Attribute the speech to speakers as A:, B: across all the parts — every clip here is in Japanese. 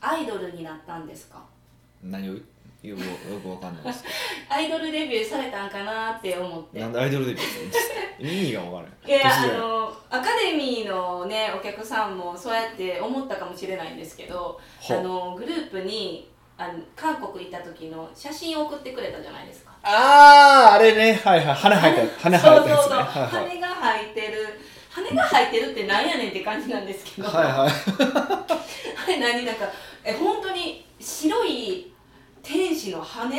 A: アイドルになったんですか
B: 何を言うかよくわかんないですけ
A: アイドルデビューされたんかなって思って
B: どなんでアイドルデビューしたんですか意味がわからない
A: いや
B: 突然
A: あのアカデミーのねお客さんもそうやって思ったかもしれないんですけどあ
B: ほう
A: のグループにあの韓国行った時の写真を送ってくれたじゃないですか
B: あーあれねはいはい羽生えてる羽生え
A: そうそ
B: て
A: う
B: るやつ
A: そう
B: ねはいはい
A: 羽が生えてる羽が生えてるってなんやねんって感じなんですけど、
B: はいはい
A: あれ何なんかえ本当に白い天使の羽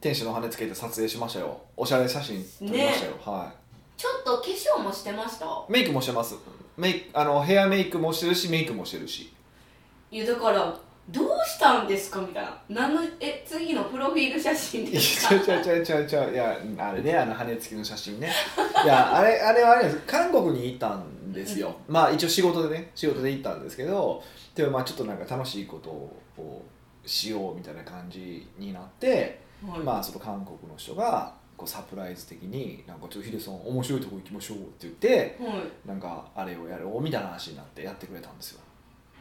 B: 天使の羽つけて撮影しましたよおしゃれ写真撮りましたよ、は
A: ちょっと化粧もしてました
B: いメイクもしてますメイクあのヘアメイクもしてるしメイクもしてるし
A: いやだからどうしたんですかみたいな何のえ次のプロフィール写真
B: いや
A: です
B: ち
A: か
B: ゃうちゃうちゃうちゃうちゃういやあれねあの羽根付きの写真ねいやあれあれはあれです韓国に行ったんですよまあ一応仕事でね仕事で行ったんですけどでもまあちょっとなんか楽しいことをしようみたいな感じになって、
A: はい
B: まあその韓国の人がこうサプライズ的になんかちょっとヒデさん面白いとこ行きましょうって言って
A: はい
B: なんかあれをやろうみたいな話になってやってくれたんですよ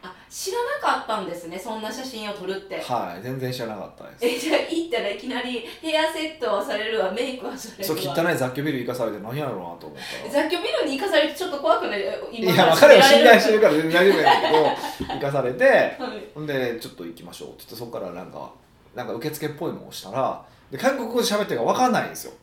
A: あ知らなかったんですねそんな写真を撮るって
B: はい全然知らなかったです
A: えじゃあ行ったらいきなりヘアセットはされるわメイクはされる
B: そう
A: わ
B: 汚い雑居ビル行かされて何やろうなと思ったら
A: 雑居ビルに行かされてちょっと怖くない
B: い
A: 今
B: や、まあ、彼は信頼して
A: る
B: るから全然大丈夫やけど行かされて
A: はい
B: ほんでちょっと行きましょうって言ってそこからなんかなんか受付っぽいのをしたらで韓国語で喋ってるから分かんないんですよ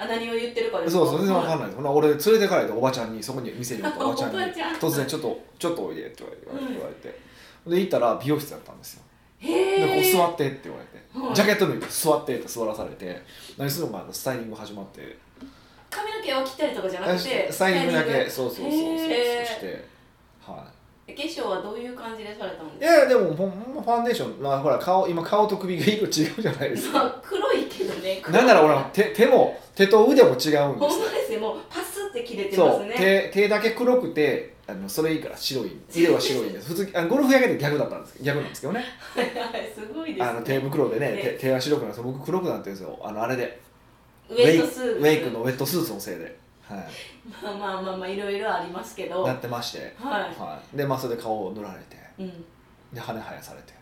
A: あ何を言ってるかですか
B: そうそう全然分かん
A: い
B: ないですほな俺連れてかれておばちゃんにそこに店におったおばちゃんに
A: おばちゃん
B: 突然ちょっと「ちょっとおいで」って言われて言われて、で行ったら美容室だったんですよでこう
A: へえ
B: 座ってって言われて、
A: はい
B: ジャケット脱いで座ってって座らされて何するのかなスタイリング始まって
A: 髪の毛を切ったりとかじゃなくて
B: スタイリングだ
A: タイ
B: けそうそうそうそう
A: へー
B: してはい
A: リング化粧はどういう感じでされたん
B: い
A: です
B: やでもほんファンデーションまあほら顔今顔と首が色違うじゃないです
A: か
B: か
A: まあ黒いけどね黒い
B: なんなら俺は手手も手と腕も違うんですよ
A: ほんまですねもうパスって切れてま
B: そ
A: す
B: う
A: ね
B: 手手だけ黒くてあのそれ以外白い腕は白い んです普通あのゴルフやけど逆だったんですけど逆なんですけどね
A: はい すごいですね
B: あの手袋でね
A: え
B: 手手は白くなって僕黒くなってるんですよあのあれで
A: ウェイトスーツ
B: ウェイクのウェットスーツのせいで、はい、
A: まあまあまあまあいろいろありますけど
B: なってまして、
A: は
B: はい、でまあそれで顔を塗られて
A: いうん
B: で羽生やされて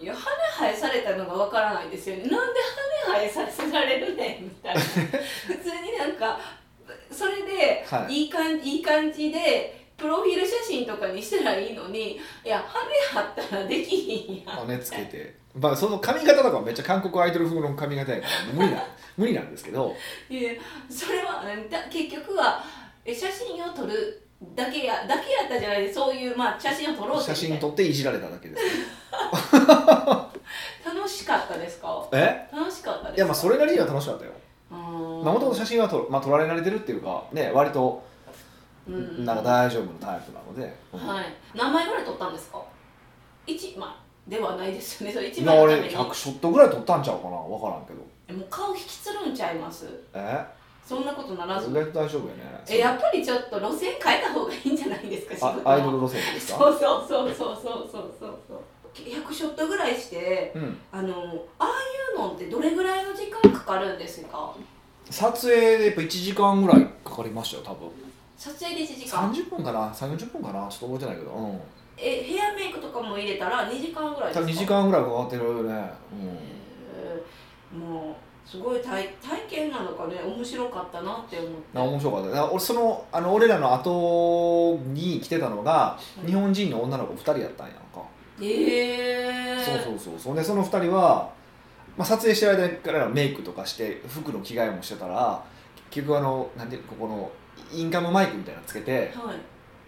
A: いや羽生えされたのがわからないですよねなんで羽生えさせられるねんみ たいな普通になんかそれで、、
B: はい
A: い感じいい感じでプロフィール写真とかにしたらいいのにいや羽生あったらできひんやん
B: 羽つけて、まあ、その髪型とかはめっちゃ韓国アイドル風の髪型やから無理な 無理なんですけど
A: いやそれはうんだ結局はえ写真を撮るだけやだけやったじゃないでそういう、まあ、写真を撮ろうって
B: 写
A: み
B: 真
A: たい
B: 撮っていじられただけです
A: な楽しかったですか
B: え
A: 楽しかったですか
B: いやまあそれなりには楽しかったよ
A: も
B: もともと写真は撮,、まあ、撮られ慣れてるっていうかね割と
A: うん
B: なんか大丈夫なタイプなので、うん
A: はい。何枚ぐらい取ったんですか。一枚ではないですよね。それ一
B: 今
A: 枚のた
B: 俺
A: めに。
B: 100ショットぐらい撮ったんちゃうかな分からんけど
A: えもう顔引きつるんちゃいます。
B: え
A: そんなことならず
B: 意。外と大丈夫やね
A: えやっぱりちょっと路線変えた方がいいんじゃないですか。
B: あ
A: 仕事は
B: アイドル路線です
A: そ
B: か
A: うそうそうそうそうそうそうそう。100ショットぐらいして
B: うん
A: あのああいうのってどれぐらいの時間かかるんですか。
B: 撮影でやっぱ1時間ぐらいかかりましたよ多分
A: 撮影で1時間。
B: 30分かな30分かなちょっと覚えてないけどうん
A: えヘアメイクとかも入れたら2時間ぐらいですか。
B: 多分2時。間ぐらいかかってるよね、うん
A: えー、もうすごい体体験なのかね面白かったなって思って。
B: あ面白かっただから俺そのあの俺らの後に来てたのが
A: い
B: 日本人の女の子2人やったんやんか、
A: ええー、
B: そうそうそうそうでその2人は、まあ、撮影してる間に彼らはメイクとかして服の着替えもしてたら結局あのなんていうここのインカムマイクみたいなのつけて
A: はい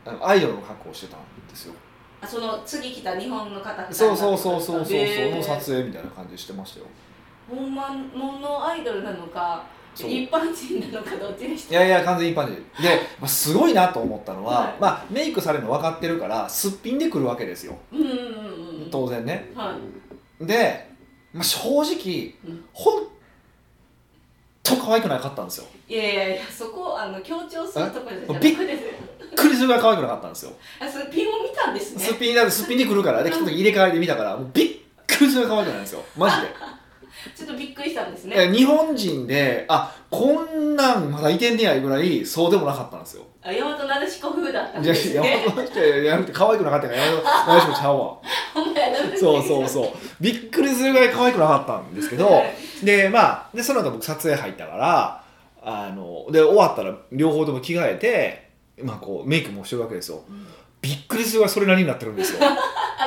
B: あのアイドルの格好をしてたんですよ
A: あその次来た日本の方
B: そうそうそうそうそうそうの
A: の
B: 撮影みたいな感じしてましたよ
A: ほんまものアイドルなのか
B: そう
A: 一般人なのかどっちでし
B: い
A: た
B: やいや完全一般人で、まあ、すごいなと思ったのは、
A: はい
B: まあ、メイクされるの分かってるからすっぴんで来るわけですよ
A: うんうんうんうん
B: 当然ね
A: は
B: で、まあ、正直
A: うん
B: ほんと可愛くなかったんですよ
A: いいやいやいやそこあの強調するとこじゃなく
B: びって
A: です
B: クリスが可愛くなかったんですよ
A: あそれピンを見たんです
B: すっ
A: ね
B: ぴんだってすっぴんで来るからで来た時入れ替えで見たからもうびっくりするぐらい可愛くないんですよマジで
A: ちょっとびっくりしたんですね。
B: え日本人であこんなんまだいてんねやいうぐらいそうでもなかったんですよ
A: あ大和なでしこ風だったん
B: じゃ
A: です
B: あ
A: ね。
B: 山本ってやめて可愛くなかったから山本山本ちゃうわ
A: ほんまやな
B: そうそうそうびっくりするぐらい可愛くなかったんですけどでまあでその後僕撮影入ったからあので終わったら両方とも着替えて、まあ、こうメイクもしてるわけですよ
A: うん
B: びっくりするぐらいそれなりになってるんですよ
A: あ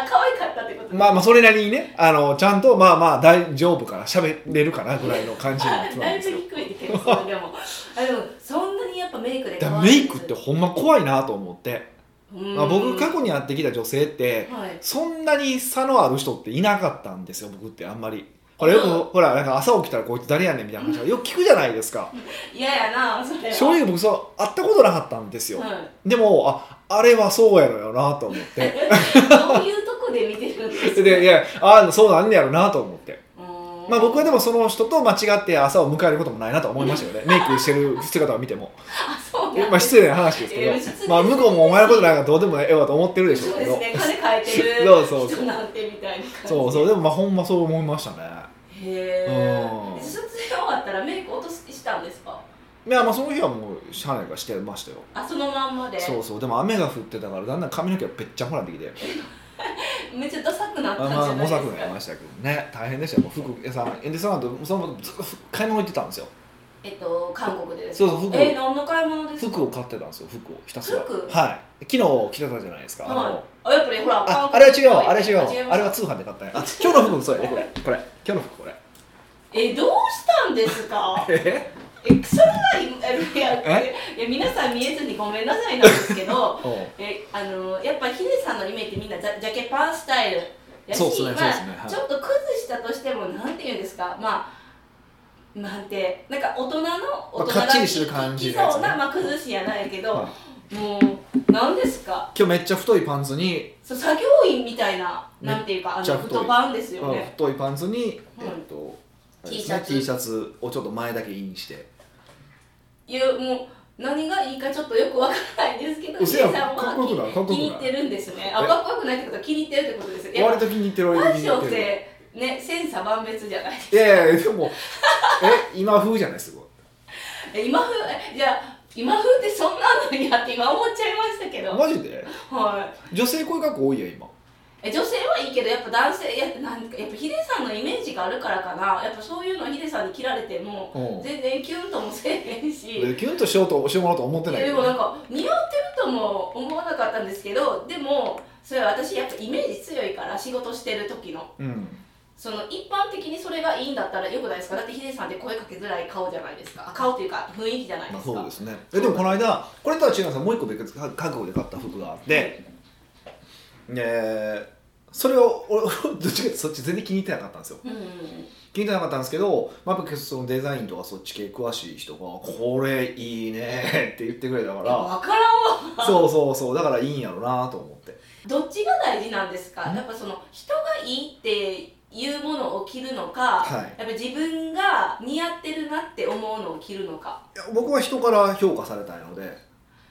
A: 可愛かったってこと。
B: まあまあそれなりにねあのちゃんとまあまあ大丈夫かな喋れるかなぐらいの感じになってた
A: だい
B: んで
A: ぶ
B: すよ
A: 低いけどそれでもあでもそんなにやっぱメイクで
B: だ
A: 変
B: か
A: わ
B: ら
A: るんで
B: メ
A: す
B: イクってほんま怖いなと思って、
A: うん
B: まあ、僕過去に会ってきた女性って
A: はい
B: そんなに差のある人っていなかったんですよ僕ってあんまりほらよく、
A: うん
B: ほらなんか朝起きたらこいつ誰やねんみたいな話はよく聞くじゃないですか
A: 嫌やなそれは
B: 正直僕そう会ったことなかったんですよ、
A: はい
B: でもああれはそうやろよなと思って
A: どういうとこで見てるんですか
B: でいやああそうなんねやろなと思ってま
A: ま
B: あ僕はで
A: も
B: もその人と間違って朝を迎えることもないなと思いましたよ ねメイクしてる姿を見ても
A: あそうなん
B: まあ失礼な話ですけ
A: いや
B: ど
A: 別に
B: まあ向こうもお前のことなんかどうでもええわと思ってるでし
A: そう
B: ょ
A: う
B: け
A: で
B: ど
A: すね金変えてる
B: そうそうそう
A: 人なんてみたいな感じ
B: そうそうでもまあほんまそう思いましたね
A: へ
B: う
A: え
B: ん
A: 撮影終わったらメイク落としたんですか
B: いやまあその日はもうしゃあないからしてましたよ
A: あそのまんまで
B: そうそうでも雨が降ってたからだんだん髪の毛がべっちゃんこなってきて
A: めっちゃダサくなった
B: まあ
A: んじ
B: まあ
A: ゃない
B: 模
A: ですか
B: 索になりましたけどね大変でしたよもう服屋さんでその後その後ずっと買い物行ってたんですよ
A: えっと韓国でです
B: そうそう服
A: え何の買い物ですか
B: 服を買ってたんですよ服をひたすら
A: 服
B: はい昨日着てたじゃないですか、あ
A: は
B: の
A: いあやっぱりほら
B: ああれは違うわあれは違うわあ
A: あ
B: れ
A: れ
B: は
A: は
B: 通販で買ったんやあ今日の服もそうやね これこれ今日の服これ
A: えどうしたんです か
B: え
A: えそれはいやいやいや皆さん見えずにごめんなさいなんですけ ど
B: おう
A: えあのやっぱヒデさんのイメージってみんなジャジャケパンスタイルやし、
B: そうっすね
A: まあ
B: そうっすねはい
A: ちょっと崩したとしてもなんて言うんですかまあなんてなんか大人の大人
B: かっちりしてる感じのやつね
A: そうな、まあ、崩しやないけど、
B: はい
A: もうなんですか
B: 今日めっちゃ太いパンツに、
A: そう作業員みたいななんていうかあ
B: めっちゃ
A: の
B: 太い
A: 太パンですよ
B: うん
A: ね
B: 太いパンツに、
A: うん
B: えっと
A: T シャツ
B: T シャツをちょっと前だけインして
A: いやもう何がいいかちょっとよくわからないですけどヒデ
B: 嘘
A: さ
B: や
A: ん
B: んかっこよくないかっ
A: は
B: こ
A: 気
B: よくな
A: に入
B: い
A: ってるんですねあ
B: え
A: かっこよくないってことは気に入ってるってことですよやっぱ
B: 割と気に入ってる
A: フ
B: 割
A: ァッ
B: と気に
A: シ
B: 入
A: ョ
B: っ
A: ンって
B: る
A: てね千差万別じゃない
B: いやいやでもえ今風じゃないですか
A: え今風えじゃあ今風ってそんなのやって今思っちゃいましたけど、
B: マジで
A: はい
B: 女性こういう格好多いや今
A: え女性はいいけどやっぱ男性やっぱなんかやっぱヒデさんのイメージがあるからかなやっぱそういうのヒデさんに切られても
B: うん
A: 全然キュンともせえへんし
B: でキュンとしようとしてもらおうと思ってない
A: で
B: け
A: も
B: ど
A: なん
B: ね
A: か似合ってるとも思わなかったんですけどでもそれは私やっぱイメージ強いから仕事してる時の
B: うん
A: その一般的にそれがいいんだったらよくないですかだってヒデさんって声かけづらい顔じゃないですか顔というか雰囲気じゃない
B: ま
A: で
B: あ、
A: すか、
B: そうですねえでもこの間これとは違うんですよもう一個別か覚悟で買った服があって、でそれを俺どっちかっていうとそっち全然気に入ってなかったんですよ
A: うんうんうん
B: 気に入ってなかったんですけど、まあ、やっぱそのデザインとかそっち系詳しい人が「これいいね」って言ってくれたか
A: いや
B: ら
A: わからんわ
B: そうそうそうだからいいんやろうなと思って
A: どっちが大事なんですか
B: ん
A: やっぱその人がいいっていうものを着るのか、
B: はい
A: やっぱ自分が似合ってるなって思うのを着るのか
B: いや僕は人から評価されたいので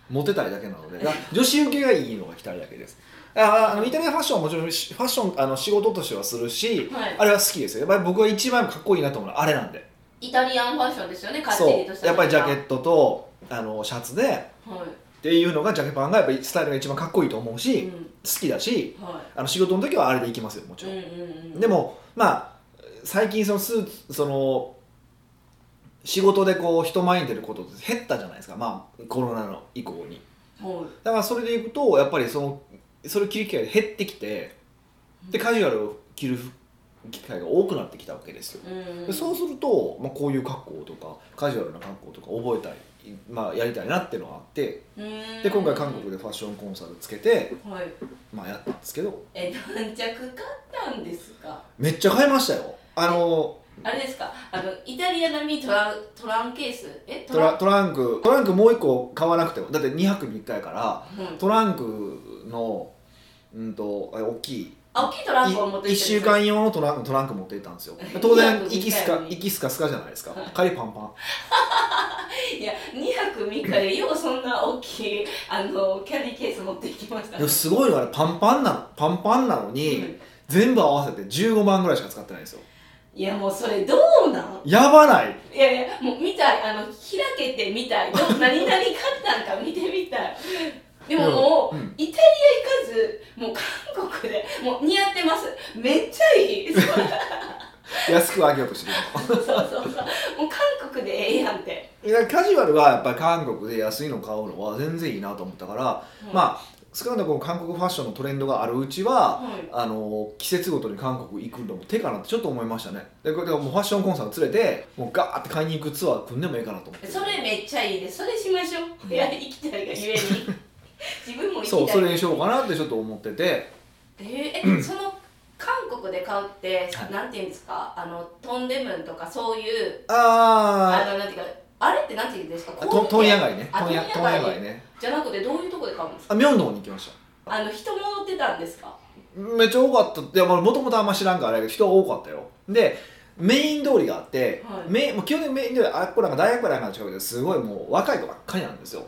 B: モテたいだけなのでだ女子受けがいいのが来たいだけですああのイタリアファッションはもちろんしファッションあの仕事としてはするし、
A: はい
B: あれは好きですよやっぱり僕が一番かっこいいなと思うのはあれなんで
A: イタリアンファッションですよねかっち
B: そ
A: りとし
B: う
A: た
B: やっぱりジャケ
A: ッ
B: ットとあのシャツでっ
A: トは
B: ていうのがジャケパンがやっぱりスタイルが一番かっこいいと思う
A: い、
B: し、
A: う
B: 好
A: ん
B: きだし
A: は
B: あの仕事の時はあれで行きますよも
A: い、
B: ち
A: うん
B: ろん、
A: うんうん
B: でもまあ最近そのスーツその仕事でこう人前に出ることって減ったじゃないですかまあコロナの以降に
A: は
B: だからそれでいくとやっぱりそのそれを着る機会が減ってきてでカジュアルを着る機会が多くなってきたわけですよ
A: い、うんう
B: で
A: ん
B: そうすると、まあ、こういう格好とかカジュアルな格好とか覚えたい、まあ、やりたいなっていうのがあって
A: うん
B: で今回韓国でファッションコンサルつけて、
A: はい
B: まあ、やったんですけど
A: え何着買ったんですか
B: めっちゃ買いましたよあの
A: あれですかあのイタリア並みトラントランケースえ
B: トラトランクトランクもう一個買わなくてもだって2泊3日やから
A: うん、
B: トランクのうんとあれ大きい
A: あ大きいトランクを持って
B: い一
A: きてる
B: 週
A: んですか
B: 間用のトランクトランク持っていったんですよ当然
A: いい
B: 息す
A: やつ
B: か
A: みたいに
B: 息すかすかじゃないですか仮パンパン
A: いや2泊3日でようそんな大きいあのキャリーケース持ってきました
B: で
A: ね
B: もすごいのがねパンパンなのパンパンなのに、全部合わせて15万ぐらいしか使ってないんですよ
A: いやもうそれどうなん
B: やばない
A: いやいやもう見たいあの開けてみたいど何々買ったんか見てみたいでももう、
B: うんうん
A: イタリア行かずもう韓国でもう似合ってますめっちゃいいそう
B: 安く上げようとしてる
A: そうそうそうもう韓国でええやんって、
B: のいやカジュアルはやっぱり韓国で安いの買うのは全然いいなと思ったから、まあ少なくとも韓国ファッションのトレンドがあるうちは、
A: はい
B: あの季節ごとに韓国行くのも手かなってちょっと思いましたねでこれでもうファッションコンサート連れてもうガーって買いに行くツアー組んでもいいかなと思って
A: それめっちゃいいですそれしましょう、いや行きたいがゆえに自分も行きたい
B: そうそれにしようかなってちょっと思ってて
A: えー えその韓国で買うって、
B: はい
A: なんていうんですかあのトンデムンとかそういうあ
B: あ
A: のなんていうかあれってなんていうんですか
B: あと問屋街ね
A: あ
B: 問屋
A: 問
B: 問
A: 屋
B: 屋
A: 街
B: 街ね
A: じゃなくてどういうとこで買うんですか
B: あ明洞に行きました
A: あの人戻ってたんですか
B: めっちゃ多かったいやもともとあんま知らんからあれやけど人多かったよでメイン通りがあって、
A: はい
B: メインもう基本的にメイン通りあっこなんか大学なんかの近くですごいもう若い子ばっかりなんですよ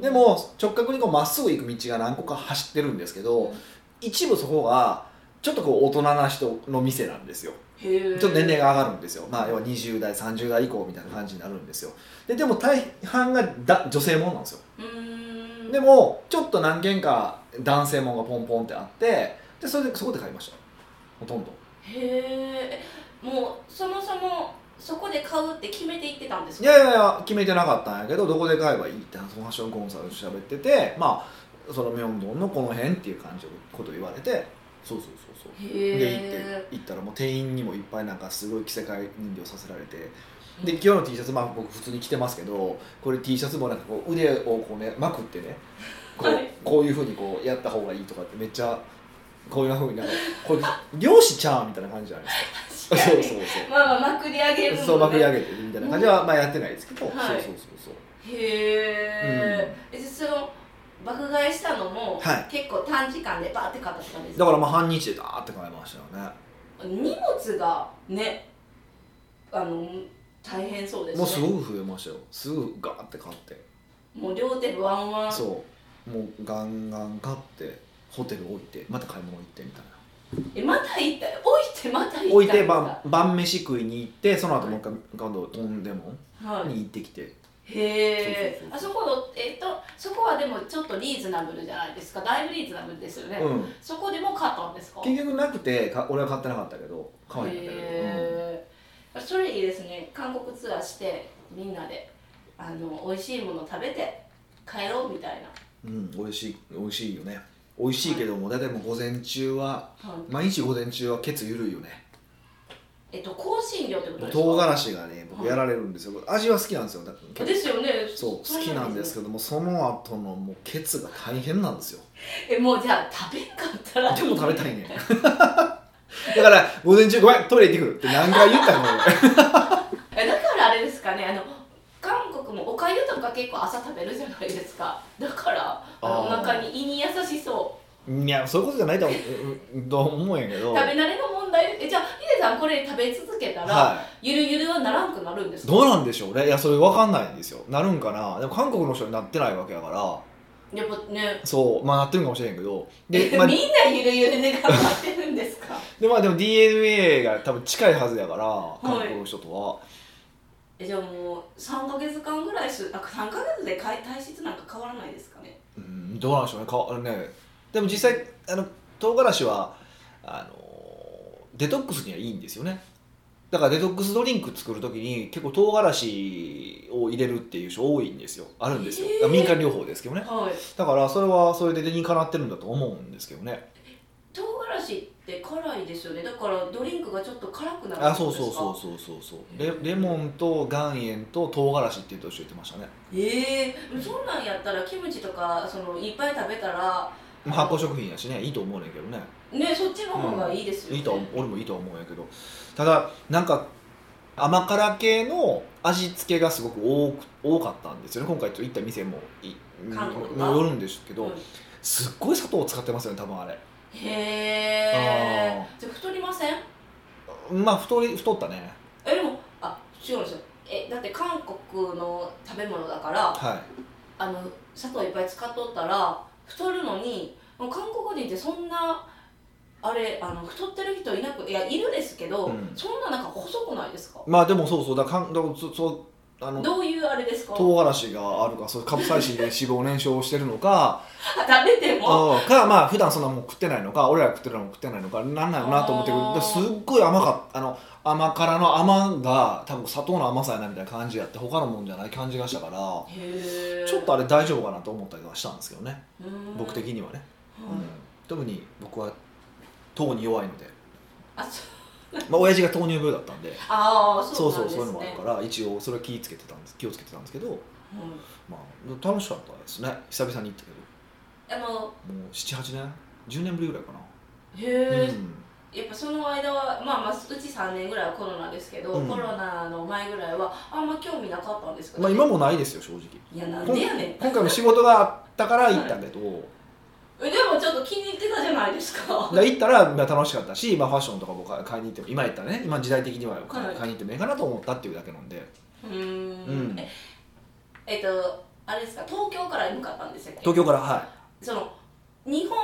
B: でも直角にこうまっすぐ行く道が何個か走ってるんですけど、
A: うん
B: 一部そこがちょっとこう大人な人の店なんですよ
A: へー
B: ちょっと年齢が上がるんですよ、まあ、要は20代30代以降みたいな感じになるんですよででも大半がだ女性もんなんですよ
A: うーん
B: でもちょっと何軒か男性もんがポンポンってあってでそれでそこで買いましたほとんど
A: へえもうそもそもそこで買うって決めていってたんです
B: い
A: か
B: やいやいや決めてなかったんやけどどこで買えばいいって話ファッションコンサルと喋っててまあその明洞のこの辺っていう感じのこと言われてそうそうそうそう
A: へ
B: で行っ
A: え
B: て行ったらもう店員にもいっぱいなんかすごい着せ替え人形させられてで今日の T シャツまあ僕普通に着てますけどこれ T シャツもなんかこう腕をこうねまくってねこう,、
A: はい
B: こういうふうにこうやった方がいいとかってめっちゃこういうふうになんかこれ漁師ちゃんみたいな感じじゃないですか
A: 確
B: そ
A: か
B: う
A: に
B: そう
A: まあまあまくり上げるもん
B: そう
A: ね
B: そうまくり上げてみたいな感じはまあやってないですけど、
A: はい
B: そうそうそうそう
A: へーえ、その爆買いしたのも、
B: はい
A: 結構短時間でバーって買ったって感じです
B: だ
A: か
B: からまあ半日でダーって買いましたよね
A: 荷物がねあの大変そうですね
B: もうすごく増えましたよすぐガーって買って
A: もう両手ワンワン
B: そうもうガンガン買ってホテル置いてまた買い物行ってみたいな
A: えまた行った置いてまた行った
B: 置いて晩
A: ば
B: 晩飯食いに行ってその後もう一回今度とんでも
A: はい
B: に行ってきて
A: へえ
B: そうそうそう
A: あそこのえっとそこはでもちょっとリーズナブルじゃないですかだいぶリーズナブルですよね、
B: うん
A: そこでも買ったんですか
B: 結局なくてか俺は買ってなかったけど可愛かったけど、うん
A: へーそれいいですね韓国ツアーしてみんなであの美味しいもの食べて帰ろうみたいな、
B: うん、美味しい美味しいよね美味しいけども大体もう午前中は
A: はい
B: 毎日午前中はケツ緩いよね
A: えっと香辛料ってことですか
B: 唐辛子がね僕やられるんですよ味は好きなんですよだから
A: ですよね
B: そう好きなんですけ
A: ど
B: どもその後のもうケツが大変なんですよ
A: えもうじゃあ食べんかったら
B: でも食べたいねだから午前中ごめんトイレ行ってくるって何回言ったの俺
A: えだからあれですかねあの韓国もおかゆとか結構朝食べるじゃないですかだからあのお
B: あー
A: 腹に胃に優しそう
B: いやそういうことじゃないと思ううんと思うんやけ
A: 食
B: ど
A: べ慣れの問題えじゃあヒデさんこれ食べ続けたら、
B: は
A: ゆるゆるはならんくなるんです
B: い、
A: か
B: どうなんでしょうねいやそれ分かんないんですよなるんかなでも韓国の人になってないわけやから
A: やっぱね
B: そうまあなってるかもしれんけどで,、
A: え
B: まあ
A: みんなゆるゆるで頑張ってるんですか
B: で,、まあ、でも DNA が多分近いはずやから
A: い
B: 韓国の人とは、
A: えじゃあもう3か月間ぐらいすあ3か月でかい体質なんか変わらないですかね
B: うんどうなんでしょうねかあれねでも実際あの唐辛子はあのデトックスにはいいんですよねだからデトックスドリンク作る時に結構唐辛子を入れるっていう人多いんですよあるんですよ、
A: へー
B: 民間療法ですけどね
A: はい
B: だからそれはそれで理にかなってるんだと思うんですけどね
A: 唐辛子って辛いですよねだからドリンクがちょっと辛くなる
B: あそうそうそう
A: う
B: そうそうそうレレモンと岩塩と唐辛子っていうと言ってましたね
A: ええそんなんやったらキムチとかそのいっぱい食べたら
B: まあ発酵食品やしねいいと思うねんけどね
A: ねそっちの方がいいですよ、ね
B: いいとは俺もいいとは思うんやけどただなんか甘辛系の味付けがすごく多く多かったんですよね今回ちょっと行った店もい
A: 韓国は
B: もよるんですけど、
A: うん
B: すっごい砂糖を使ってますよね多分あれ
A: へえじゃあ太りません
B: まあ太り太ったね
A: えでもあ違うんですよえだって韓国の食べ物だから
B: は
A: あの砂糖いっぱい使っとったら太るのにもう韓国人ってそんなあれあの太ってる人いなくいやいるですけど、
B: うん
A: そんななんか細くないですか
B: まあでもそうそうだからかんだからそそうあの
A: どういうあれですか食
B: 唐辛子があるかそうカプサイシンで脂肪燃焼してるのか
A: べても
B: うんかまあ普段そんなもん食ってないのか俺らが食ってるのも食ってないのかなんなのなと思ってくる
A: あー
B: だからすっごい甘かったあの甘辛の甘が多分砂糖の甘さやなみたいな感じやって他のもんじゃない感じがしたから
A: へえ
B: ちょっとあれ大丈夫かなと思ったりはしたんですけどね僕的にはね、うん特に僕は糖に弱いので、
A: あそう
B: まあ親父が糖尿病だったんで
A: あー
B: そ
A: そううな
B: そ
A: ん
B: う
A: です
B: そう
A: ね
B: いうのもあるから一応それは気をつけてたんです気をつけてたんですけど、
A: うん
B: まあ、楽しかったですね久々に行ったけ
A: あ
B: ど
A: の
B: もう78年10年ぶりぐらいかな、
A: へえ、
B: うん
A: やっぱその間は、まあ、まあうち3年ぐらいはコロナですけど、
B: うん
A: コロナの前ぐらいはあんま興味なかったんですけど、
B: まあ、今もないですよ正直
A: いやなんでやねん
B: 今回も仕事があったから行ったけど、
A: えでもちょっと気に入ってたじゃないですか
B: だから行ったらまあ楽しかったし、まあ、ファッションとかも買買いに行っても今言ったらね今時代的には買い
A: はい
B: 買いに行ってもいいかなと思ったっていうだけなんで、
A: うーん
B: うん
A: ええっとあれですか東京から向かったんですよ
B: 東京からは
A: その日本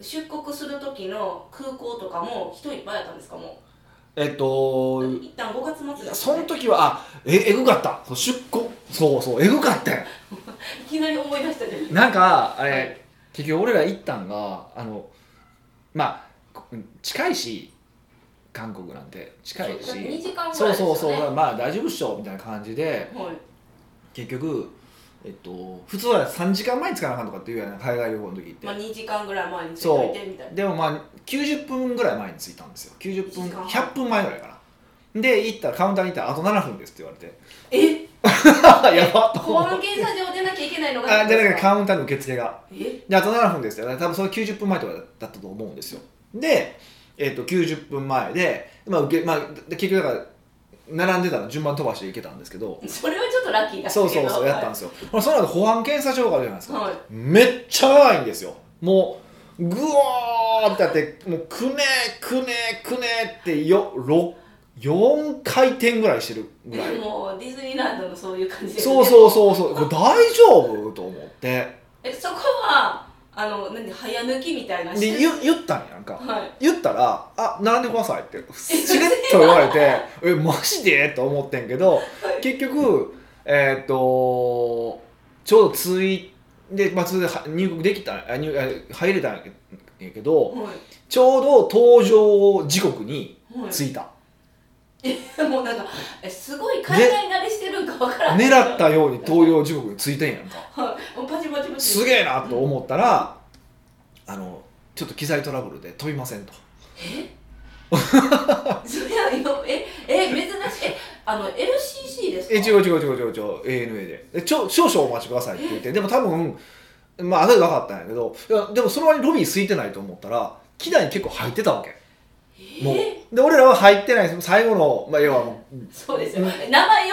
A: 出国する時の空港とかも人いっぱいやったんですかも
B: いえっと
A: う一旦5月末
B: い
A: で
B: や
A: す、
B: そ
A: ね
B: の、時はあええぐかったそう出国そうそうえぐかったよ
A: いきなり思い出したじゃないですか
B: なんかあれ、
A: はい
B: 結局俺ら行ったんがあのまあこ近いし韓国なんて近いし
A: そうだって2時間ぐらいですよ
B: そう
A: ね
B: そうそうまあ大丈夫っしょみたいな感じで
A: はい
B: 結局えっと普通は3時間前に着かなあかんとかっていうやん海外旅行の時って、
A: まあ、2時間ぐらい前に着いといてみたいな
B: でもまあ90分ぐらい前に着いたんですよ90分
A: 一時間
B: 100分前ぐらいかなで行ったらカウンターに行ったらあと7分ですって言われて
A: え
B: やばっと
A: 公
B: 思
A: 安
B: って
A: 検査場出なきゃいけないのが
B: あでなんかカウンターの受付が
A: え
B: であと7分ですよ多分その90分前とかだったと思うんですよで、えっと90分前で、まあ受けまあ、で結局だから並んでたら順番飛ばしていけたんですけど
A: それはちょっとラッキーだったけ
B: そ
A: ど
B: うそうそうやったんですよ、ほらその後保安検査場があるじゃないですか、
A: はい
B: めっちゃ長いんですよもうぐおーってやってもうくねくねくねってよろ4回転ぐらいしてるぐらい
A: はいもうディズニーランドのそういう感じですね
B: そうそうそうそうこれ大丈夫と思って
A: えそこはあの何早抜きみたいな
B: で言言ったんやんか
A: はい
B: 言ったら「あ並んでください」ってしれっと言われて「えマジで?」と思ってんけど結局えーっとちょうど着いで、まあ、それでは入国できたあ入あ入れたんやけど
A: は
B: ちょうど搭乗時刻に
A: いはい
B: 着いた
A: もうなんかえすごい海外慣れしてるんかわからん
B: 狙ったように搭乗時刻に着いてんやんか
A: はいもうパチパチパチ
B: すげえなと思ったらあのちょっと機材トラブルで飛びませんと
A: そりゃ今ええ珍しいえあの LCC ですか
B: え違う違う違う違う違う ANA ででちょ少々お待ちくださいって言ってでも多分まあ後で分かったんやけどいやでもその割にロビー空いてないと思ったら機内に結構入ってたわけ
A: え
B: もうで俺らは入ってないです最後の、まあ、要はもう
A: そうですよ名前呼ばれる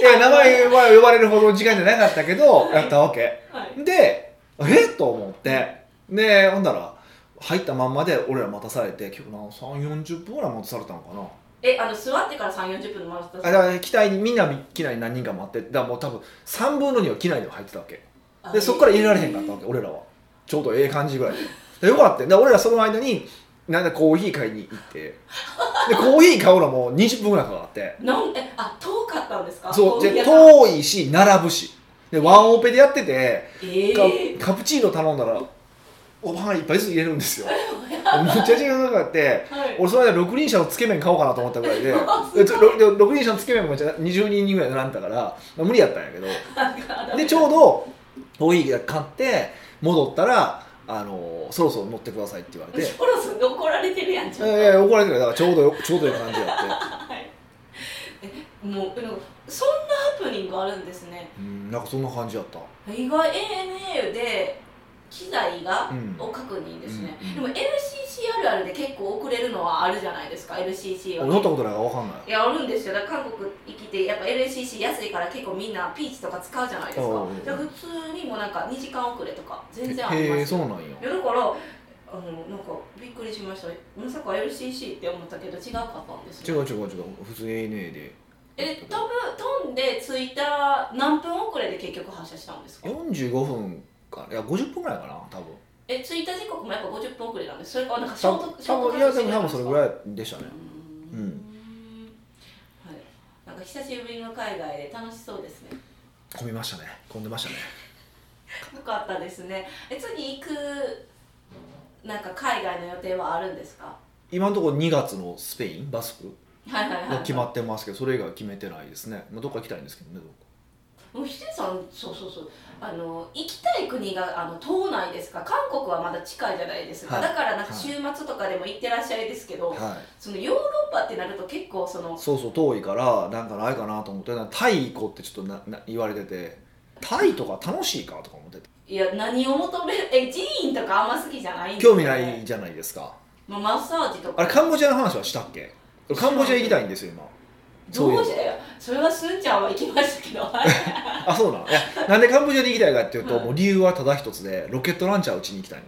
A: 組
B: いや名前は呼ばれるほど時間じゃなかったけどやったわけ
A: はい
B: でえっと思ってでほんなら入ったまんまで俺ら待たされて結構な3 4 0分ぐらい待たされたのかな
A: えあの座ってから3 4 0分の待った
B: あだから機内にみんな機内に何人か待ってだからもう多分3分の2は機内では入ってたわけでそこから入れられへんかったわけ俺らはちょうどええ感じぐらいでよかったよで俺らその間になんだコーヒー買いに行ってでコーヒー買うのも20分ぐらいかかって
A: なんえあ遠かったんですか
B: そう
A: で
B: で遠いし並ぶしでワンオペでやってて
A: え
B: カ
A: ー、
B: カプチーノ頼んだらおばん一杯ずつ入れる んですよめっちゃ時間かかって
A: はい
B: 俺その間六輪車のつけ麺買おうかなと思ったぐら いででちょろで六輪車のつけ麺もめっちゃ20人ぐらい並んだから、まあ無理やったんやけど
A: なんか
B: でちょうどコーヒー買って戻ったら、あのそろそろ乗ってくださいって言わ れて
A: そろそろ怒られてるやんち
B: い
A: ょっと、
B: やいや怒られてないだからちょうどよちょうどいい感じやって
A: はいえもうでもそんなハプニングあるんですね
B: うんなんかそんな感じやった
A: 意外 ANA で機材が、
B: うん
A: を確認ですね、
B: うんうん
A: でも LCC あるあるで結構遅れるのはあるじゃないですか LCC は
B: 俺乗ったことないから分かんない
A: いやあるんですよだから韓国行きてやっぱ LCC 安いから結構みんなピーチとか使うじゃないです
B: おう
A: か
B: おうおう
A: じゃ普通にもうなんか2時間遅れとか全然ありま
B: へえ
A: す
B: そうなんや
A: いやだからあのなんかびっくりしましたまさか LCC って思ったけど違うかったんです
B: 違う
A: よ
B: 違う違う普通 ANA で
A: え飛ぶ飛んで着いた何分遅れで結局発車したんですか
B: 45分かいや50分ぐらいかな多分
A: え着いた時刻もやっぱ50分遅れなんですそれかなんかショー
B: 多
A: ト
B: 分
A: ショー
B: 多
A: ト
B: 分い
A: カ
B: や
A: ット
B: でも多分
A: して
B: それ
A: る
B: ぐらいでしたね
A: うーんはいなんか久しぶりの海外で楽しそうですね
B: 混みましたね混んでましたね
A: よかったですねえ次行くなんか海外の予定はあるんですか
B: 今のところ2月のスペインバスク
A: はいはいはい、
B: が決まってますけどそれ以外は決めてないですね、まあ、どっか行きたいんですけどねどっか
A: もうヒデさんそうそうそうあの行きたい国があの島内ですか韓国はまだ近いじゃないですか、
B: はい
A: だからなんか
B: はい
A: 週末とかでも行ってらっしゃいですけど、
B: はい、
A: そのヨーロッパってなると結構その
B: そうそう遠いからなんかないかなと思ってタイ行こうってちょっとなな言われててタイとか楽しいかとか思ってて
A: いや何を求めるえ寺院とかあんま好きじゃないんですよ
B: 興
A: ね
B: 味ないじゃないですか
A: まあ、マッサージとか
B: あれカンボジアの話はしたっけ俺カンボジア行きたいんですよ今
A: どうしてそれはすんちゃんは行きましたけどはい
B: あそうなのいやなんでカンボジアに行きたいかっていうと、
A: はい
B: もう理由はただ一つでロケットランチャーを打ちに行きたいね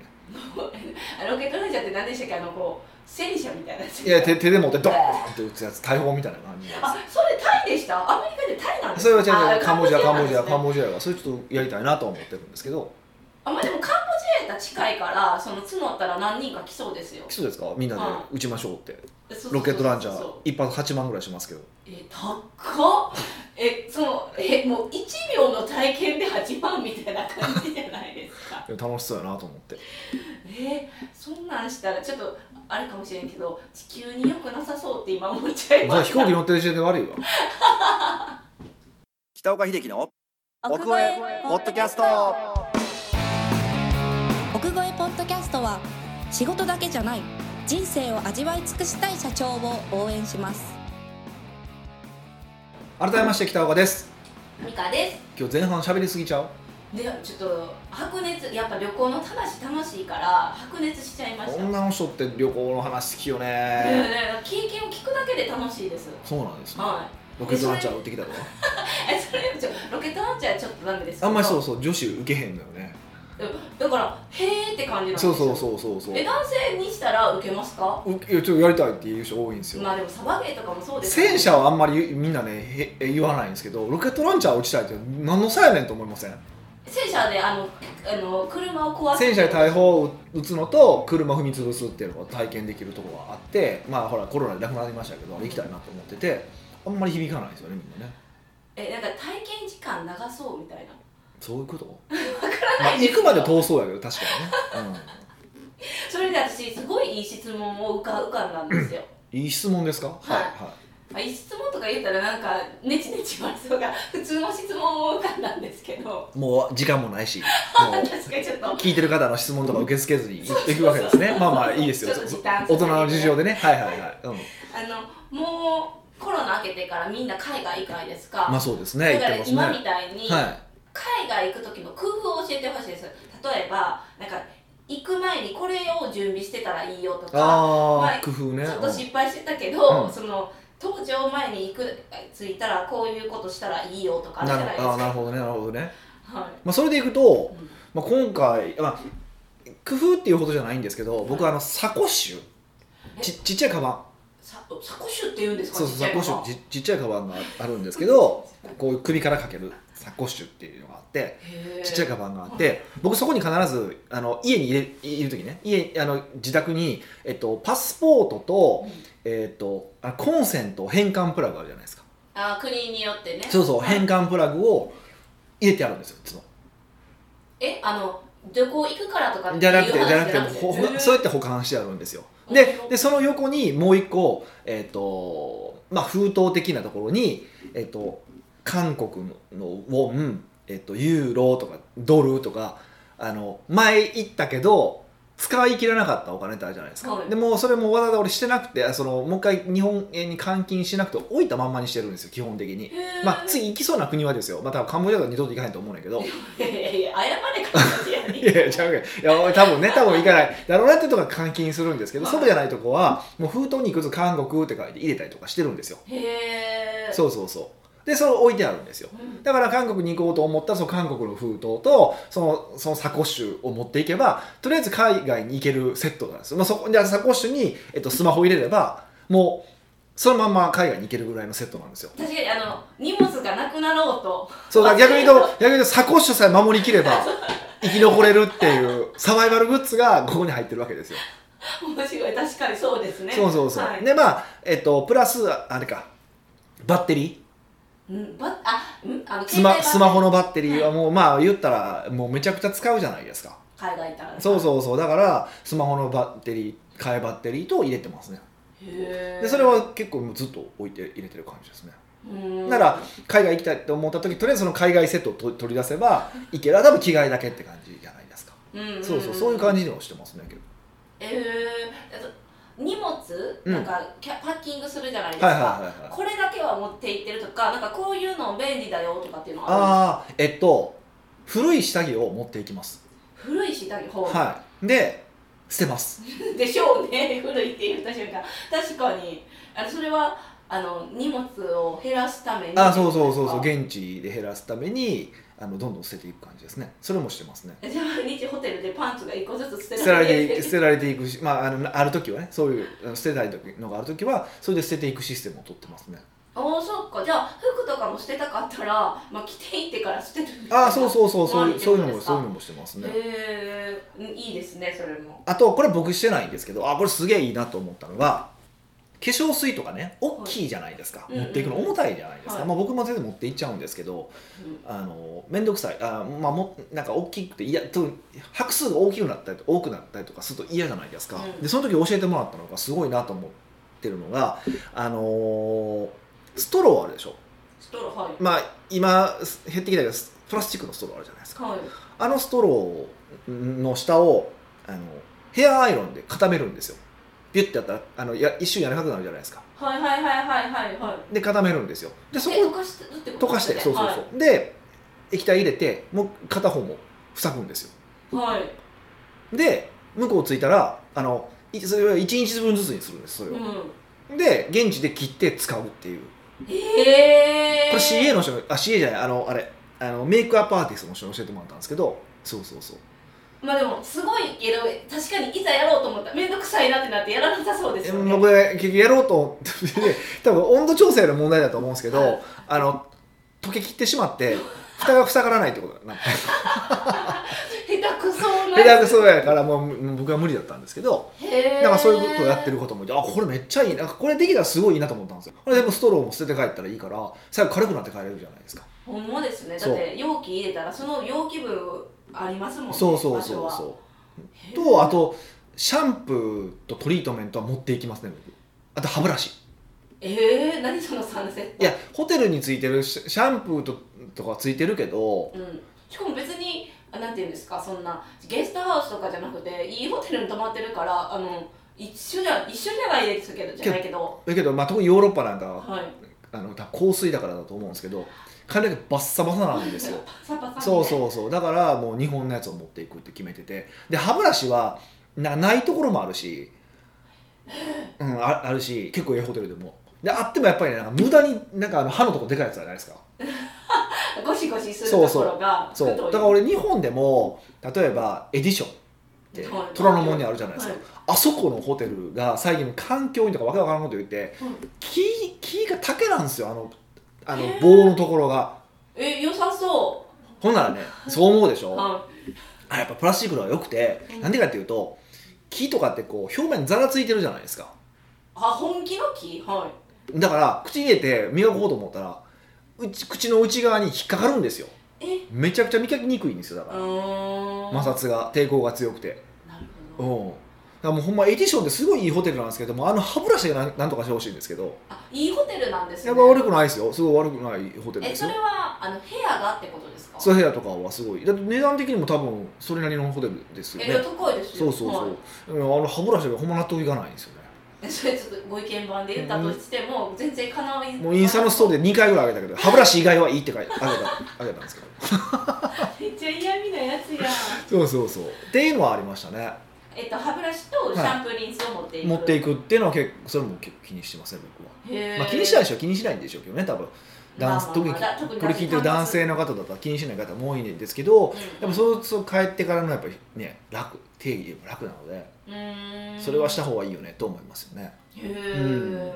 A: ロケットランチャーって何でしたっけあのこう戦車みたいなやつ
B: いや手手で持ってドーンって打つやつ大砲みたいな感じのやつ
A: あそれタイでしたアメリカでタイなんです
B: それは違う違う
A: あ
B: カンボジアカ
A: な
B: ン
A: ん
B: ボ
A: です
B: ジ
A: ね
B: アカンボジアがそれちょっとやりたいなとは思ってるんですけど
A: あまあでもカンボジアやったら近いからその募ったら何人か来そうですよ
B: そうですかみんなで
A: は
B: 打ちましょうって
A: そうそうそうそう
B: ロケットランチャー一発8万ぐらいしますけど
A: え高っえそのえもう1秒の体験で8万みたいな感じじゃないですか
B: でも楽しそうやなと思って
A: えそんなんしたらちょっとあれかもしれんけど地球によくなさそうって今思っちゃい
B: じゃあ
A: ま
B: 飛
A: し
B: 行
A: た
B: 機乗ってる時点で悪いわ北岡秀樹の奥越えポッドキャスト
C: 奥越えポッドキャストは仕事だけじゃない人生を味わい尽くしたい社長を応援します
B: 改めまして北岡です
A: ミカです
B: 今日前半喋りすぎちゃう
A: でちょっと白熱やっぱ旅行の話楽しいから白熱しちゃいましたね
B: 女の人って旅行の話好きよね
A: え経験を聞くだけで楽しいです
B: そうなんですね
A: はい
B: ロケットランチャー打ってきたのは
A: えそれちょロケットランチャーちょっとダメですけど
B: あんまりそうそう女子受けへんのよね
A: うんだからへーって感じなんです
B: そ
A: よ
B: うそうそうそうそう
A: え男性にしたら受けますか
B: ういやちょっとやりたいっていう人多いんですよ
A: まあでもサバゲーとかもそうです
B: 戦車はあんまりみんなねへ言わないんですけどロケットランチャーを打ちたいって何の差やねんと思いません
A: 戦車であのあの車を壊す
B: 戦車で大砲を撃つのと車踏み潰すっていうのを体験できるところがあってまあほらコロナでなくなりましたけど行きたいなと思っててあんまり響かないですよねみんなね
A: えなんか体験時間長そうみたいな
B: そ ういうこと、
A: から
B: まあ、
A: ないです
B: 行
A: けど
B: くまで遠そうやけど確かにね、
A: それで私すごいいい質問を浮か浮かんだんですよ
B: うん、いい質問ですかはい
A: はい
B: は
A: まあいい質問とか言ったらなんかネチネチ言われそうが普通の質問を浮かんだんですけど
B: いもう時間もない しも
A: 確か
B: う
A: にちょっと
B: 聞いてる方の質問とか受け付けずに行くわけですねまあまあいいですよ
A: ちょっと時短
B: 大人の事情でねはいはいはい、うん、
A: あのもうコロナ明けてからみんな海外行くないですか、
B: まあそうですね
A: だか
B: 言
A: ら
B: ってますね
A: 今みたいに、
B: は
A: 海外行く時の工夫を教えてほしいです例えばなんか行く前にこれを準備してたらいいよと
B: い
A: か
B: あ、
A: まあ
B: あ、工夫ね
A: ちょっと失敗してたけ
B: う
A: ど、
B: ん
A: その登場前に行く着いたらこういうことしたらいいよとかあるじゃ
B: なる
A: ないです
B: あーなる
A: か
B: ほどねなるほどね、
A: は
B: まあ、それでいくと
A: い、うん
B: まあ、今回、まあ、工夫っていうほどじゃないんですけど僕はあのサコッシュ
A: え
B: ちちっちゃいカバン
A: ササコッシュって言うんですか
B: そうそうサコッシュ
A: ちっちゃい
B: ちちっちゃいカバンがあるんですけどこういう首からかけるサコッシュっていうのがあって
A: 子は
B: ちっちゃいカバンがあって僕そこに必ずあの家に入れいる時ね家あの自宅に、えっと、パスポートと,、えっと、あコンセント変換プラグあるじゃないですか
A: あー国によってね
B: そうそう
A: はい
B: 変換プラグを入れてあるんですよいつも
A: えあの旅行行くからとかって
B: じ
A: い
B: ゃ
A: う
B: なくて、
A: 話
B: じゃなくて、ほほ そうやって保管してあるんですよ。で、でその横にもう一個、えっ、と、まあ、封筒的なところに、えっ、と、韓国のウォン、えっ、と、ユーロとか、ドルとか、あの、前行ったけど、使い切らなかったお金ってあるじゃないですか。
A: はい
B: でも、それもわざわざ俺してなくて、あその、もう一回日本円に換金しなくて置いたまんまにしてるんですよ、基本的に。
A: へー
B: まあ、次行きそうな国はですよ。まあ、多分カンボジアとか二度と行かないと思うんだけ
A: い
B: ど。
A: やいやいや謝れカンボジアに
B: いや、ちゃうけどいや、多分ね、多分行かない。だろうなってとこは換金するんですけど、
A: はい
B: そうじゃないとこは、もう封筒に行くと韓国って書いて入れたりとかしてるんですよ。
A: へえ
B: そうそうそう。で、それ置いてあるんですよ。
A: うん
B: だから韓国に行こうと思ったら、その韓国の封筒と、その、そのサコッシュを持っていけば、とりあえず海外に行けるセットなんですよ。まあ、そこでサコッシュに、えっと、スマホ入れれば、もう、そのまんま海外に行けるぐらいのセットなんですよ。
A: 確かにあの荷物がなくなろうと
B: そうだ、逆に言うと、逆に言うとサコッシュさえ守りきれば、生き残れるっていうサバイバルグッズがここに入ってるわけですよ
A: 面白い確かにそうですね
B: そうそうそう、
A: はい
B: でまあえっとプラスあれかバッテリ
A: うんばあうんあの
B: ース
A: 携
B: マ
A: 帯版
B: スマホのバッテリーはもう、まあ言ったらもうめちゃくちゃ使うじゃないですか
A: 海外行ったら
B: そうそうそうだからスマホのバッテリー替えバッテリーと入れてますね
A: へー
B: でそれは結構もうずっと置いて入れてる感じですね
A: うん
B: なら海外行きたいと思った時とりあえずその海外セットをと取り出せばいけるあ多分着替えだけって感じじゃないですか
A: うん
B: そうそうそういう感
A: じ
B: じのをしてますね結構
A: えーえっと荷物
B: うん
A: なんかキャパッキングするじゃないです
B: はいはいはい
A: か
B: はい
A: これだけは持って行ってるとかなんかこういうの便利だよとかっていうのはあ
B: ああえっと古い下着を持っていきます、
A: る古い下着ほう
B: はいで捨てます
A: でしょうね古いって言った瞬間確かにあのそれはあの荷物を減らすために
B: あーそうそうそうそう
A: じ
B: 現地で減らすためにあのどんどん捨てていく感じですねそれもしてますね
A: ゃあ毎日ホテルでパンツが一個ずつ捨
B: 捨
A: て
B: てら
A: ら
B: れ
A: れて
B: てい捨てられていくし、まあ、あのある時はねそういうあの捨てたい時のがある時はそれで捨てていくシステムを取ってますね
A: おおそっかじゃあ服とかも捨てたかったら、まあ、着ていってから捨てる
B: ああそうそうそうそう
A: 回り
B: いう
A: って
B: そ
A: こ
B: うい
A: と
B: うの
A: で
B: も
A: すか
B: そういうのもしてますね
A: へえいいですねそれも
B: あとこれ僕してないんですけどあこれすげえいいなと思ったのが化粧水とかね大きいじゃないですか、
A: はい
B: 持っていくの
A: うんうん
B: 重たいじゃないですか、
A: はい
B: まあ、僕も全然持っていっちゃうんですけど
A: うん
B: あの面倒くさいあ、まあ、もなんか大きくていやと拍数が大きくなったりと多くなったりとかすると嫌じゃないですか、
A: うん
B: でその時教えてもらったのがすごいなと思ってるのが、あのーストローあるでしょ
A: ストローはい
B: まあ今す減ってきたけどスプラスチックのストローあるじゃないですか
A: はい
B: あのストローの下をあのヘアアイロンで固めるんですよビュッてやったらあのや一瞬柔らかくなるじゃないですか
A: はいはいはいはいはいはい
B: で固めるんですよでそこ
A: え溶かしてるってこと
B: 溶かしてそうそうそう、で液体入れてもう片方も塞ぐんですよ
A: うはい、はい
B: で向こう着いたらあのいそれは1日分ずつにするんですそれ
A: う
B: を、
A: ん、
B: で現地で切って使うっていう
A: ええー、
B: これ CA の人があ CA じゃないあのあれあのメイクアップアーティストの人に教えてもらったんですけどそうそうそう
A: まあでもすごいけど確かにいざやろうと思ったら面倒くさいなってなってやらなさそうです
B: え
A: よね
B: 僕ね結局やろうと思ってて 多分温度調整の問題だと思うんですけど、
A: はい
B: あの溶けきってしまって蓋が塞がらないってことだな
A: 下手くそな
B: 下手く
A: そ
B: そやからもうもう僕は無理だったんですけど
A: へえ
B: なんかそういうことをやってることもいてあこれめっちゃいいなこれできたらすごいいいなと思ったんですよこれでもストローも捨てて帰ったらいいから最後軽くなって帰れるじゃないですか、
A: ほんまですねだって容器入れたらその容器分ありますもんね
B: そうそうそうそうとあ
A: と
B: とシャンプーとトリートメントは持っていきますね僕あと歯ブラシ
A: ええー、何その3セット
B: いやホテルについてるシャシャンプーととかついてるけど
A: うんしかも別にあなんていうんですかそんなゲストハウスとかじゃなくていいホテルに泊まってるからあの一緒じゃ一緒じゃないですけどじゃないけど
B: だけど、まあ、特にヨーロッパなんかは
A: はい
B: あの多分香水だからだと思うんですけど髪の毛バッサバサなんですよ
A: パサパサみたいな
B: そうそうそうだからもう日本のやつを持っていくって決めててで歯ブラシはなないところもあるし、うん、ああるし結構ええホテルでもであってもやっぱりねなんか無駄になんかあの歯のとこでかいやつじゃないですか
A: ゴシゴシするところが
B: そうだ
A: 太い
B: から俺日本でも例えばエディションって
A: はい
B: 虎ノ門にあるじゃないですか、
A: はい
B: あそこのホテルが最近環境にとかわけわからんこと言って、
A: うん
B: 木木が竹なんですよあのあの
A: へー
B: 棒のところが
A: え良さそ
B: ほんならねそう思うでし
A: う、
B: ょ
A: は
B: あやっぱプラスチックの方が良くて
A: うん
B: なんでかっていうと木とかってこう表面ざらついてるじゃないですか
A: い、あ本気の木は
B: だから口に入れて磨こうと思ったらうち口の内側に引っかかるんですよ
A: いえ
B: めちゃくちゃ磨きにくいんですよだ
A: う
B: から
A: ーん
B: 摩擦が抵抗が強くて
A: なるほ
B: う
A: ど
B: んだからもうほんまエディションですごいいいホテルなんですけどもあの歯ブラシがなんなんとかしてほしいんですけど
A: あいいホテルなんですね
B: やっぱ悪くないですよすごい悪くないホテル
A: え
B: です
A: そ
B: よ
A: れはあの部屋がってことですか
B: そういう部屋とかはすごいだって値段的にも多分それなりのホテルですよ
A: えいや
B: ね
A: 高いです
B: そ
A: よ
B: うそう
A: はい
B: そう、うんあの歯ブラシがほんま納得いかないんですよね
A: えそれちょっとご意見番で言ったとしても、全然かなわ
B: もうインスタのスト
A: リ
B: ーリーで2回ぐらいあげたけど歯ブラシ以外はいいって書いてあげたあげたんですけど
A: ー めっちゃ嫌味なやつやん
B: そうそうそうっていうのはありましたね
A: えっと歯ブラシとシャンプーリンスを持っていく、
B: 持ってい
A: く
B: くっていうのは結構それも結構気にしてますね僕は、
A: へー
B: まあ、気にしない人は気にしないんでしょうけどね多分男性
A: まあ
B: 特に
A: まあまあ特に
B: これ聞いてる男性の方だったら気にしない方も多いんですけどでもそうそう帰ってからのやっぱりね楽定義でも楽なので
A: うんうーん
B: それはした方がいいよねと思いますよね
A: へー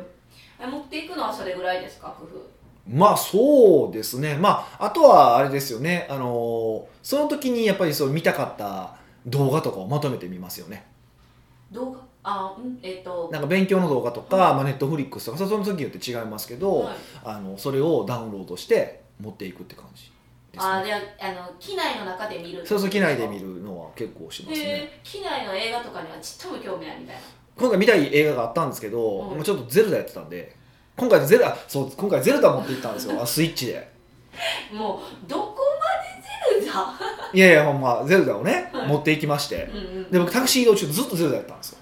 A: え持っていくのはそれぐらいですか工夫
B: まあそうですねまああとはあれですよねあのその時にやっぱりそう見たかった動画とかをまとめてみますよね
A: 動画あうんえっ、と
B: なんか勉強の動画とか、
A: はい
B: まあ、ネットフリックスとかその時によって違いますけど、
A: はい
B: あのそれをダウンロードして持っていくって感じです
A: あ
B: ね
A: であの機内の中で見る
B: そうそう機内で見るのは結構しますね
A: へえ機内の映画とかにはちっとも興味ないみたいな
B: 今回見たい映画があったんですけど、
A: うん
B: もうちょっとゼルダやってたんで今回ゼルダそう今回ゼルダ持って行ったんですよあスイッチで
A: もうどこまで出るんだ
B: いやいやほんまゼルダをね、
A: はい
B: 持って行きまして
A: うんうん
B: で僕タクシー移動中ずっとゼルダやったんですよ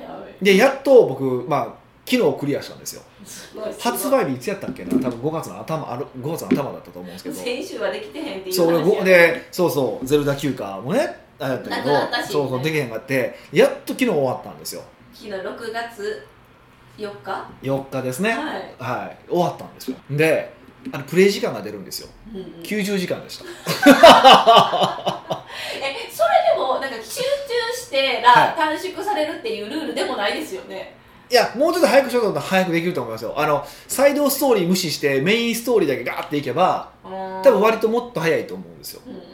A: へえ
B: でやっと僕まあ昨日クリアしたんですよ
A: すごいすごい
B: 発売日いつやったっけな多分5月の頭ある5月の頭だったと思うんですけど
A: 先週はできてへんっていう
B: そう俺
A: 話
B: ご
A: や
B: でそうそうゼルダ休暇もねあれやったけ
A: な
B: ど
A: くなったし
B: そうそうできへんかってやっと昨日終わったんですよ
A: 昨日6月4日
B: 4日ですねはい、
A: はい、
B: 終わったんですよであのプレイ時間が出るんですよ
A: うんうん、え
B: 90時間でした
A: それでもなんか集中してら
B: はい
A: 短縮されるっていうルールでもないですよね、
B: いやもうちょっと早くしようと思ったら早くできると思いますよあのサイドストーリー無視してメインストーリーだけガーっていけば
A: 多
B: 多分割ともっと早いと思うんですよ
A: うんうん うん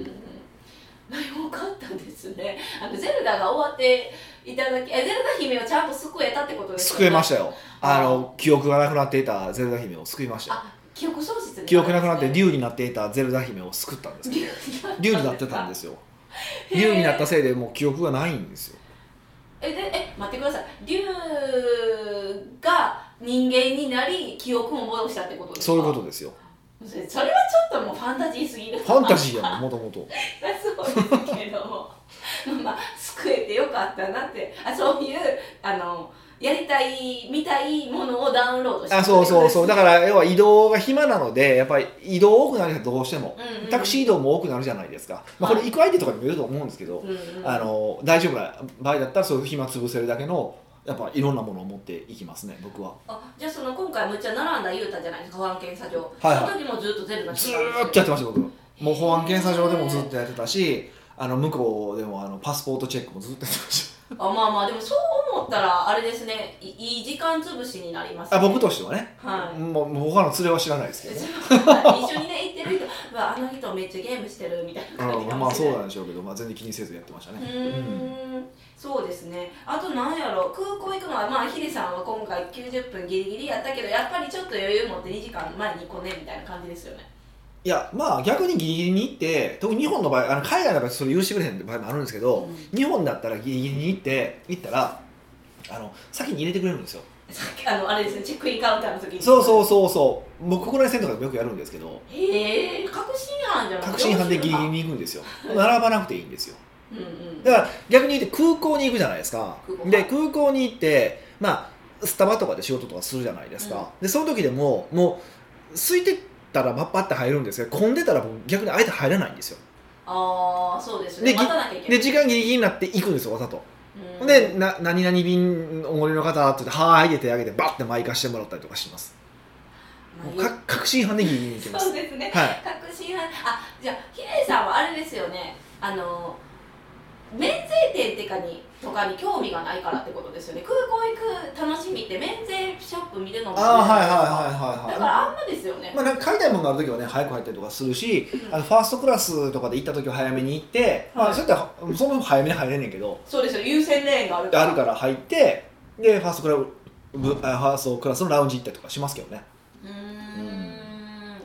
A: うんよかったですねあのゼルダが終わっていただきえゼルダ姫をちゃんと救えたってことですよ
B: 救えましたたよあの記憶がなくなっていたゼルダ姫を救いましたよ
A: あ記憶喪失
B: 記憶なくなって
A: ウ
B: 竜になっていたゼルダ姫を救ったん ですけど竜になってたんですすよ
A: へー
B: 竜になったせいでもう記憶がないんですよ
A: えでえ待ってください竜が人間になり記憶も戻したってことですか
B: そういうことですよ
A: とそれそれはちょっともうファンタジーすぎる
B: ファンタジーやもんもと もと
A: そうですけどもまあ救えてよかったなってあそういうあのやりたい見たいものをダウンロードして
B: あそうそうそうだ
A: か
B: から要は移動が暇なのでやっぱり移動多くなるじゃんどうしても
A: ら、うんうん、
B: タクシー移動も多くなるじゃないですか、まあ、これ行く相手とかにもよると思うんですけど、
A: うんうん
B: あの大丈夫な場合だったらそういう暇潰せるだけのやっぱいろんなものを持っていきますね僕は
A: あじゃあその今回むっちゃ並んだ言うたじゃないですか保安検査場、
B: はいはい
A: その時もずっとゼルダ
B: ず
A: してたんです
B: ーっとやってました僕もう保安検査場でもずっとやってたしあの向こうでもあのパスポートチェックもずっとやってまし
A: あまあまあでもそう思ったらあれですねいいい時間潰しになります、
B: たあ
A: ね、
B: 僕としてはね
A: はい
B: もうもう他の連れは知らないですけどね、
A: 一緒にね行ってる人うわあの人めっちゃゲームしてるみたいな感じ
B: う
A: か
B: ん、ま
A: も
B: あ
A: し
B: そ
A: れ
B: う
A: ない
B: なんでしょうけど、まあ、全然気にせずやってましたね
A: うーんそうですねあとなんやろ空港行くのはまあヒデさんは今回90分ギリギリやったけどやっぱりちょっと余裕持って2時間前に行こうねみたいな感じですよね
B: いやまあ逆にギリギリに行って特に日本の場合あの海外の場合それ許してくれへん場合もあるんですけど、
A: うん
B: 日本だったらギリギリに行って行ったらあの先に入れてくれるんですよ、
A: さっきあのあれですねチェックインカウンターの時に
B: そう
A: う
B: そうそうそう僕国内線とかでよくやるんですけど
A: へえ確信犯じゃない
B: 確信犯でギリギリに行くんですよ並ばなくていいんですよ
A: うんうん
B: だから逆に言って空港に行くじゃないですか
A: 空港
B: で空港に行ってまあスタバとかで仕事とかするじゃないですか、でその時でももう空いてたらバッパって入るんですけど混んでたらもう逆にあえて入らないんですよ
A: ああそうですね
B: で
A: 待たなきゃいけな
B: で
A: い
B: 時間ギリギリになって行くんですよわざと、
A: うん
B: でな何々便お乗りの方って言って「はーい」って手挙げてバッて前行かしてもらったりとかします
A: まあ
B: もうか確信犯でギリギリに行きま
A: そう
B: す
A: ですね
B: はい
A: 確信犯あじゃあヒデさんはあれですよねあの免税店ってかにとかに興味がないからってことですよね空港行く楽しみって免税ショップ見るのも
B: ああはいはいはいはいはい
A: だからあんまですよね、
B: まあ、なんか買いたいものがある時はね早く入ったりとかするし、
A: うん
B: あのファーストクラスとかで行った時は早めに行って、ま
A: は
B: あ、
A: い
B: そういったらそもそも早めに入れんねんけど
A: そうですよ優先レーンがあるから
B: あるから入ってでファーストクラブぶあファーストクラスのラウンジ行ったりとかしますけどね
A: うーん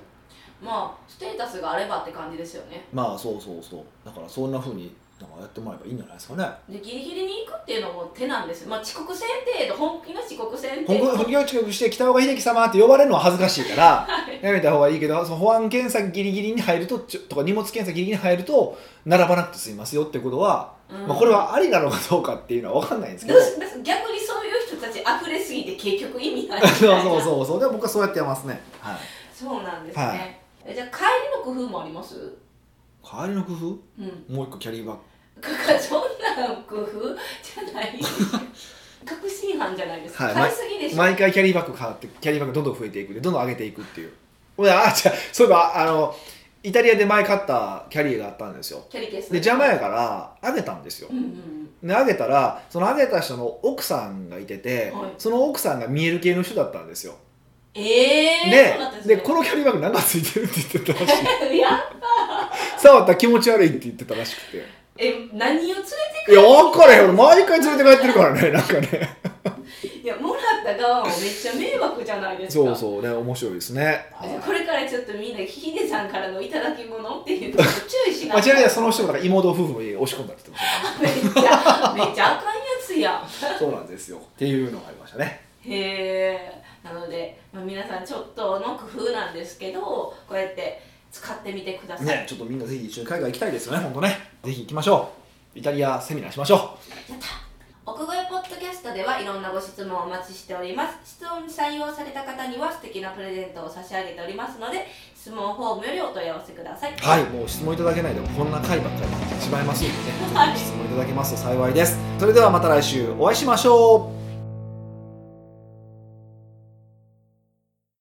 A: まあステータスがあればって感じですよね
B: まあそうそうそうだからそんなふうになんかやってもらえばいいんじゃないですかね
A: でギリギリに行くっていうのも手なんですまあ遅刻せん程度本気の遅刻せん
B: 本
A: 程度
B: 業遅刻して北岡秀樹様って呼ばれるのは恥ずかしいから
A: はい
B: やめた方がいいけどその保安検査ギリギリに入るとちょとか荷物検査ギリギリに入ると並ばなくて済みますよってことは、
A: うん
B: まあ、これはありなのかどうかっていうのは分かんないんですけど
A: だし逆にそういう人たち溢れすぎて結局意味ないみたいな
B: そうそうそうそうで僕はそうやってますね、は
A: そうなんですね、
B: は
A: えじゃあ帰りの工夫もあります
B: い、代わりの工夫
A: うん
B: もう一個キャリーバッグ
A: かかそんな工夫 じゃない確信犯じゃないですか、
B: はい
A: 買いすぎでしょ、
B: 毎回キャリーバッグ変わってキャリーバッグどんどん増えていくでどんどん上げていくっていう俺あじゃそういえばあのイタリアで前買ったキャリーがあったんですよ
A: キャリケース
B: で邪魔やから上げたんですよ
A: うんうん
B: で上げたらその上げた人の奥さんがいてて、
A: はい
B: その奥さんが見える系の人だったんですよ
A: ええー、
B: で
A: そうだったん
B: で
A: ね
B: このキャリーバッグ何がついてる って言ってたら し
A: や
B: い触ったら気持ち悪いって言ってたらしくて
A: え何を連れて
B: いや分からへん俺毎回連れて帰ってるからねなんかね
A: いやもらった側もめっちゃ迷惑じゃないですか
B: そうそうね面白いですね、はい
A: これからちょっとみんなヒデさんからのいただき物っていうのを注意しな
B: まあ、ちなみにその
A: 人
B: 人もだから妹夫婦の家に押し込んだって言 ってまし
A: めっちゃめっちゃあかんやつや
B: たそうなんですよっていうのがありましたね
A: んへえなので、まあ、皆さんちょっとの工夫なんですけどこうやって使ってみてください、
B: ねちょっとみんなぜひ一緒に海外行きたいですよね本当ねぜひ行きましょうイタリアセミナーしましょ
A: やった奥越ポッドキャストではいろんなご質問をお待ちしております質問に採用された方には素敵なプレゼントを差し上げておりますので質問フォームよりお問い合わせくださいう
B: はいもう質問いただけないとこんな回ばっかりになってしまいますのでね
A: はい
B: 質問いただけますと幸いですそれではまた来週お会いしましょう